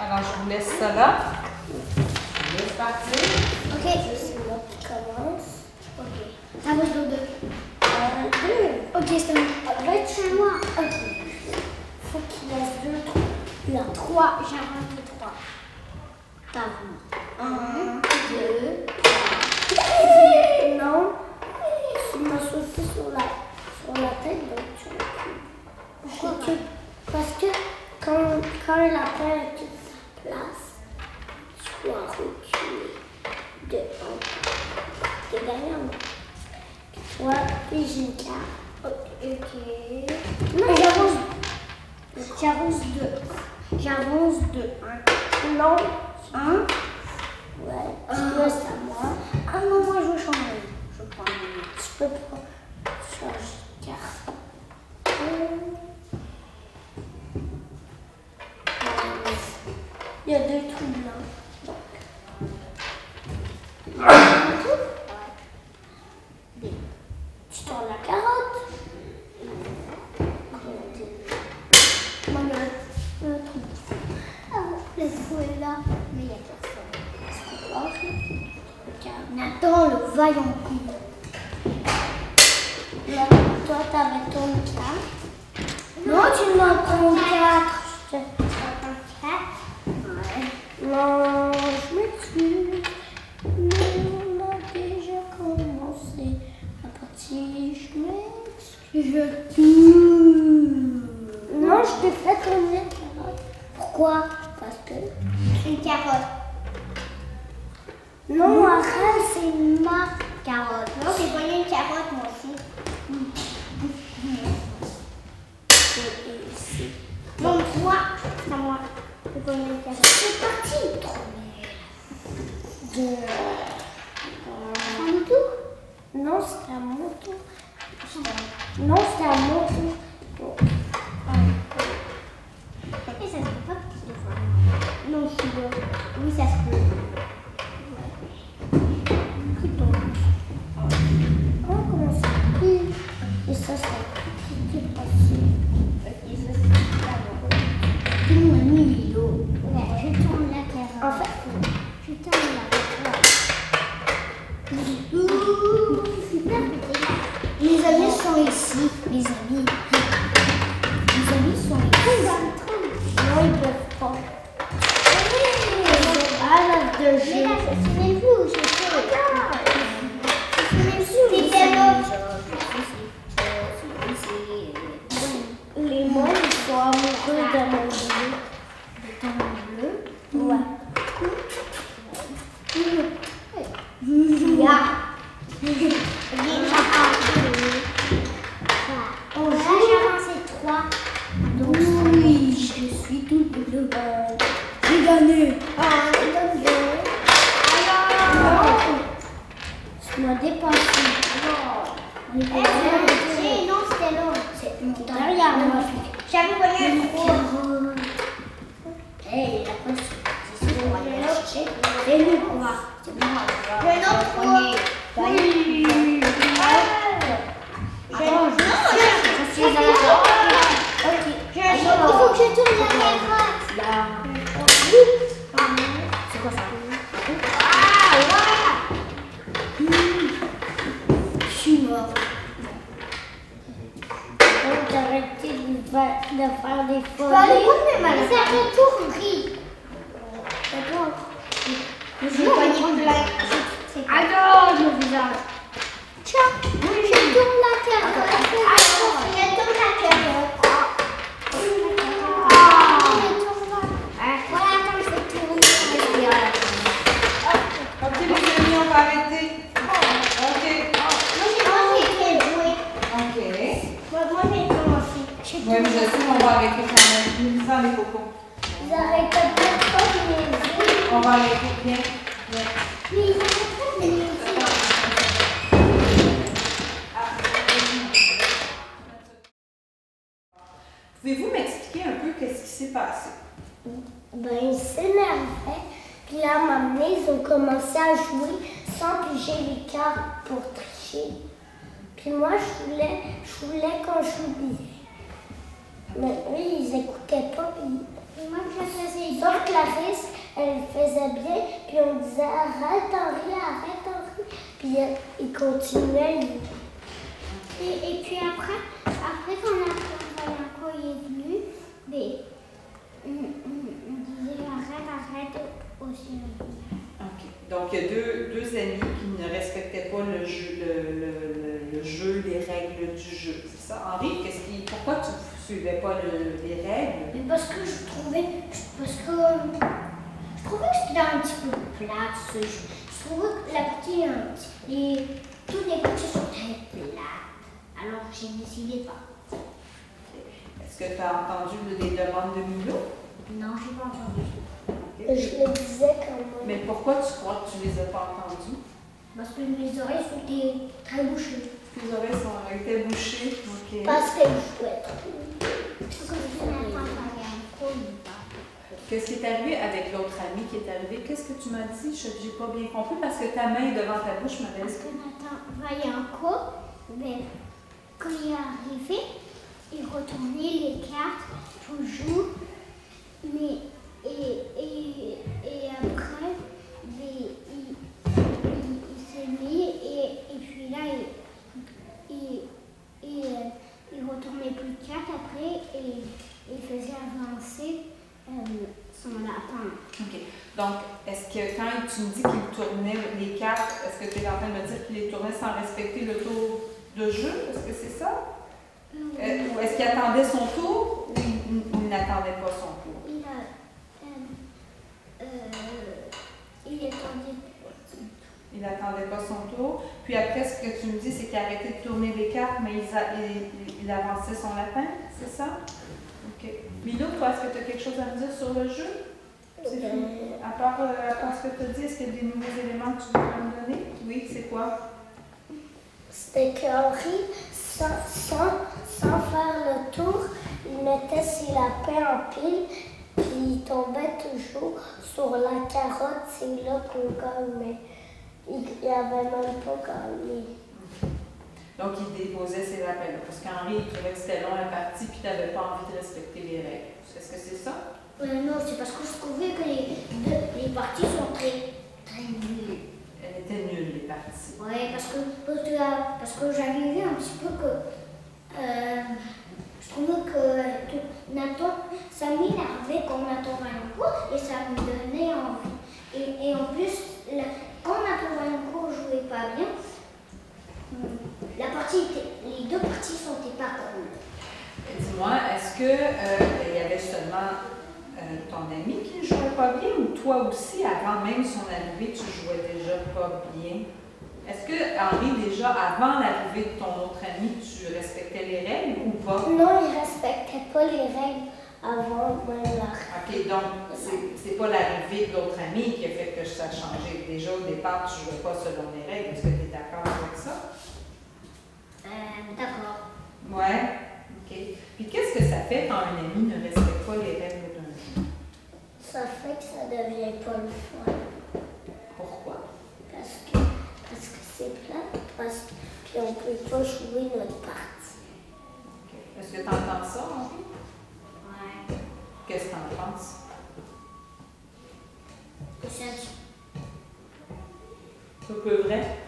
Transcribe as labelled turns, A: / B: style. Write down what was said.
A: Alors, je vous laisse ça là. Je vous laisse partir.
B: Ok, c'est moi qui commence. Ok. Ça va, je deux. Un, deux. Ok, c'est Euh, moi. Après, c'est moi. Ok. Faut qu'il laisse deux, trois. Non, trois. J'arrête les trois. T'as vu. Un, deux, trois. non. Tu m'as sauté sur la, sur la tête, donc tu recules. Pourquoi Parce que quand, quand il appelle toute sa place, tu dois reculer de de derrière moi. Toi, puis j'ai une carte. Ok. Non, j'avance. J'avance deux. J'avance deux. Un. Non. Un. Ouais. Tu laisses à moi. Ah non, moi je veux changer. Je prends un. Tu peux prendre. Change de carte. Euh, Il y a deux trous blancs. Tu tournes la carotte. Moi, le- le trou. Ah, le trou est là, mais il n'y a personne. C'est pas grave. Regarde. Nathan, le vaillant con. Là, toi, t'avais ton carte. Non, tu m'en prends quatre. Je te prends quatre. Ouais. Non, je m'excuse. Mais on a déjà commencé la partie. Je m'excuse. Non, je te fais tourner la carotte. Pourquoi Parce que. Une carotte. Non, arrête, c'est ma carotte. Non, j'ai pogné une carotte, moi aussi. C'est ici. Non, toi, c'est à moi. J'ai pogné une carotte. C'est parti, trop De... À mon tour Non, c'est à mon tour. Non, c'est à mon tour. Bon. Et ça se peut pas que tu le vois. Non, je suis là. Oui, ça se peut. Et ça, ça c'est passé. Et ça, c'est Tout le monde est l'eau. je tourne la terre. En fait, je tourne la terre. Les amis sont ici, les amis. Les amis sont ici. Non, ils peuvent pas. Ah, la de jeu. vous Les moines ils sont amoureux d'un monde bleu. bleu Ouais. On va avancer trois. Donc, oui, je suis toute bleue. J'ai gagné. Ah, j'ai gagné. Alors, tu m'as dépassé. On est pas bien.
C: Eh, Non, c'était l'autre.
B: C'est une derrière moi.
C: J'avais connu un trou.
B: Hey, la poche, c'est sûr, on va aller la chercher. C'est nous qu'on va. C'est moi.
C: J'ai un autre trou.
B: Premier. Oui. Attends, je- je suis à la porte. Ok.
C: J'ai un
B: Allez,
C: autre
B: on
C: trou.
B: va.
C: Il faut que je tourne la carotte.
B: Là. C'est quoi ça
C: Ah,
B: Je suis mort. Donc d'arrêter de, fa- de faire des folies.
C: Mais ça retourne.
B: D'accord.
C: Je vais pogner plein.
B: Attends, je vous arrête.
C: Tiens, je tourne la carotte. Alors, je tourne la carotte. Ah. Je tourne la Voilà, attends, je vais tourner.
A: Ok, les amis, on va arrêter. Ok.
C: Moi, j'ai commencé à jouer.
A: Ok.
C: Moi, moi, j'ai commencé.
A: Ouais, mais je sais, on va arrêter quand même. Sans les cocos.
C: Ils arrêtent pas de faire ça, mais ils
A: On va arrêter bien. bien.
C: Mais ils arrêtent pas de les faire.
A: Pouvez-vous m'expliquer un peu qu'est-ce qui s'est passé?
C: Ben, ils s'énervaient. Puis là, à un moment donné, ils ont commencé à jouer sans piger les cartes pour tricher. Puis moi, je voulais, je voulais qu'on joue bien. Mais eux, ils écoutaient pas. puis
B: Moi, je le faisais bien.
C: Sauf que la fille, elle le faisait bien, puis on disait arrête Henri, arrête Henri. Puis euh, elle- il continuait. lui.
B: Et, et puis après, après qu'on a travaillé à quoi il est venu, ben, on, on- on disait arrête, arrête aussi.
A: OK. Donc, il y a deux, deux amis qui ne respectaient pas le jeu, le, le- le- le jeu les règles du jeu. C'est ça? Henri, qu'est-ce qui, pourquoi tu ne suivais pas le- les règles?
B: Mais parce que je trouvais, parce que euh, je trouvais que c'était un petit peu plat ce jeu. Je trouvais que la partie, un petit- les, tous les petits sont très plats. Alors j'ai décidé pas.
A: Est-ce que tu as entendu des demandes de Milo?
B: Non, j'ai pas entendu.
C: Je le disais quand même.
A: Mais pourquoi tu crois que tu les as pas entendues?
B: Parce que mes oreilles sont des- très bouchées.
A: Tes oreilles sont, étaient bouchées. OK.
C: Parce qu'elle jouait trop.
A: hein. Qu'est-ce qui est arrivé avec l'autre ami qui est arrivé? Qu'est-ce que tu m'as dit? Je n'ai pas bien compris parce que ta main est devant ta bouche, ma belle.
B: Parce que Nathan travaillait en cours, mais quand il est arrivé, il retournait les cartes, toujours. Mais, et, et, et après, mais il, il- il s'est mis et, et puis là, il, il, il, il retournait plus de cartes après et il faisait avancer euh, son lapin.
A: OK. Donc, est-ce que quand tu me dis qu'il tournait les cartes, est-ce que tu es en train de me dire qu'il les tournait sans respecter le tour de jeu? Est-ce que c'est ça? Euh, Ou est-ce qu'il attendait son tour ou il, il n'attendait pas son tour?
B: Il a. euh, euh, il est tendu.
A: Il n'attendait pas son tour. Puis après, ce que tu me dis, c'est qu'il arrêtait de tourner les cartes, mais il, a- il- il avançait son lapin, c'est ça? OK. Milo, toi, est-ce que tu as quelque chose à me dire sur le jeu? C'est fini. À part, euh, à part ce que tu as dit, est-ce qu'il y a des nouveaux éléments que tu voudrais me donner? Oui, c'est quoi?
C: C'était qu'Henri, sans, sans, sans faire le tour, il mettait ses lapins en pile, puis il tombait toujours sur la carotte, c'est là qu'on gagnait. Il il avait même pas gagné.
A: Donc, il déposait ses rappels. Parce qu'Henri, il trouvait que c'était long la partie, puis tu n'avais pas envie de respecter les règles. Est-ce que c'est ça?
B: Euh, non, c'est parce que je trouvais que les, deux- les parties sont très, très nulles.
A: Elle était nulle, les parties.
B: Ouais, parce que, parce que, la- parce que j'avais vu un petit peu que. euh, je trouvais que, que Nathan, ça m'énervait quand Nathan va en cours et ça me donnait envie. Et, et en plus, la- quand Nathan va en cours jouait pas bien, hmm, la partie était- les deux parties sont pas cool.
A: Et Dis-moi, est-ce que euh, il y avait seulement euh, ton ami qui ne jouait pas bien ou toi aussi, avant même son arrivée, tu jouais déjà pas bien? Est-ce que, Henri, déjà avant l'arrivée de ton autre ami, tu respectais les règles ou pas?
C: Non, il respectait pas les règles avant moi, la-
A: OK, donc, c'est- c'est pas l'arrivée de l'autre ami qui a fait que ça a changé. Déjà, au départ, tu jouais pas selon les règles. Est-ce que tu es d'accord avec ça?
B: Euh, D'accord.
A: Ouais. OK. Puis qu'est-ce que ça fait quand un ami ne respecte pas les règles d'un jeu?
C: Ça fait que ça devient pas le fun.
A: Pourquoi?
C: Parce que parce que c'est plat, parce puis on peut pas jouer notre partie.
A: OK. Est-ce que tu entends ça, Henri?
B: Ouais.
A: Qu'est-ce que tu en penses?
B: Et ça,
A: Un peu vrai.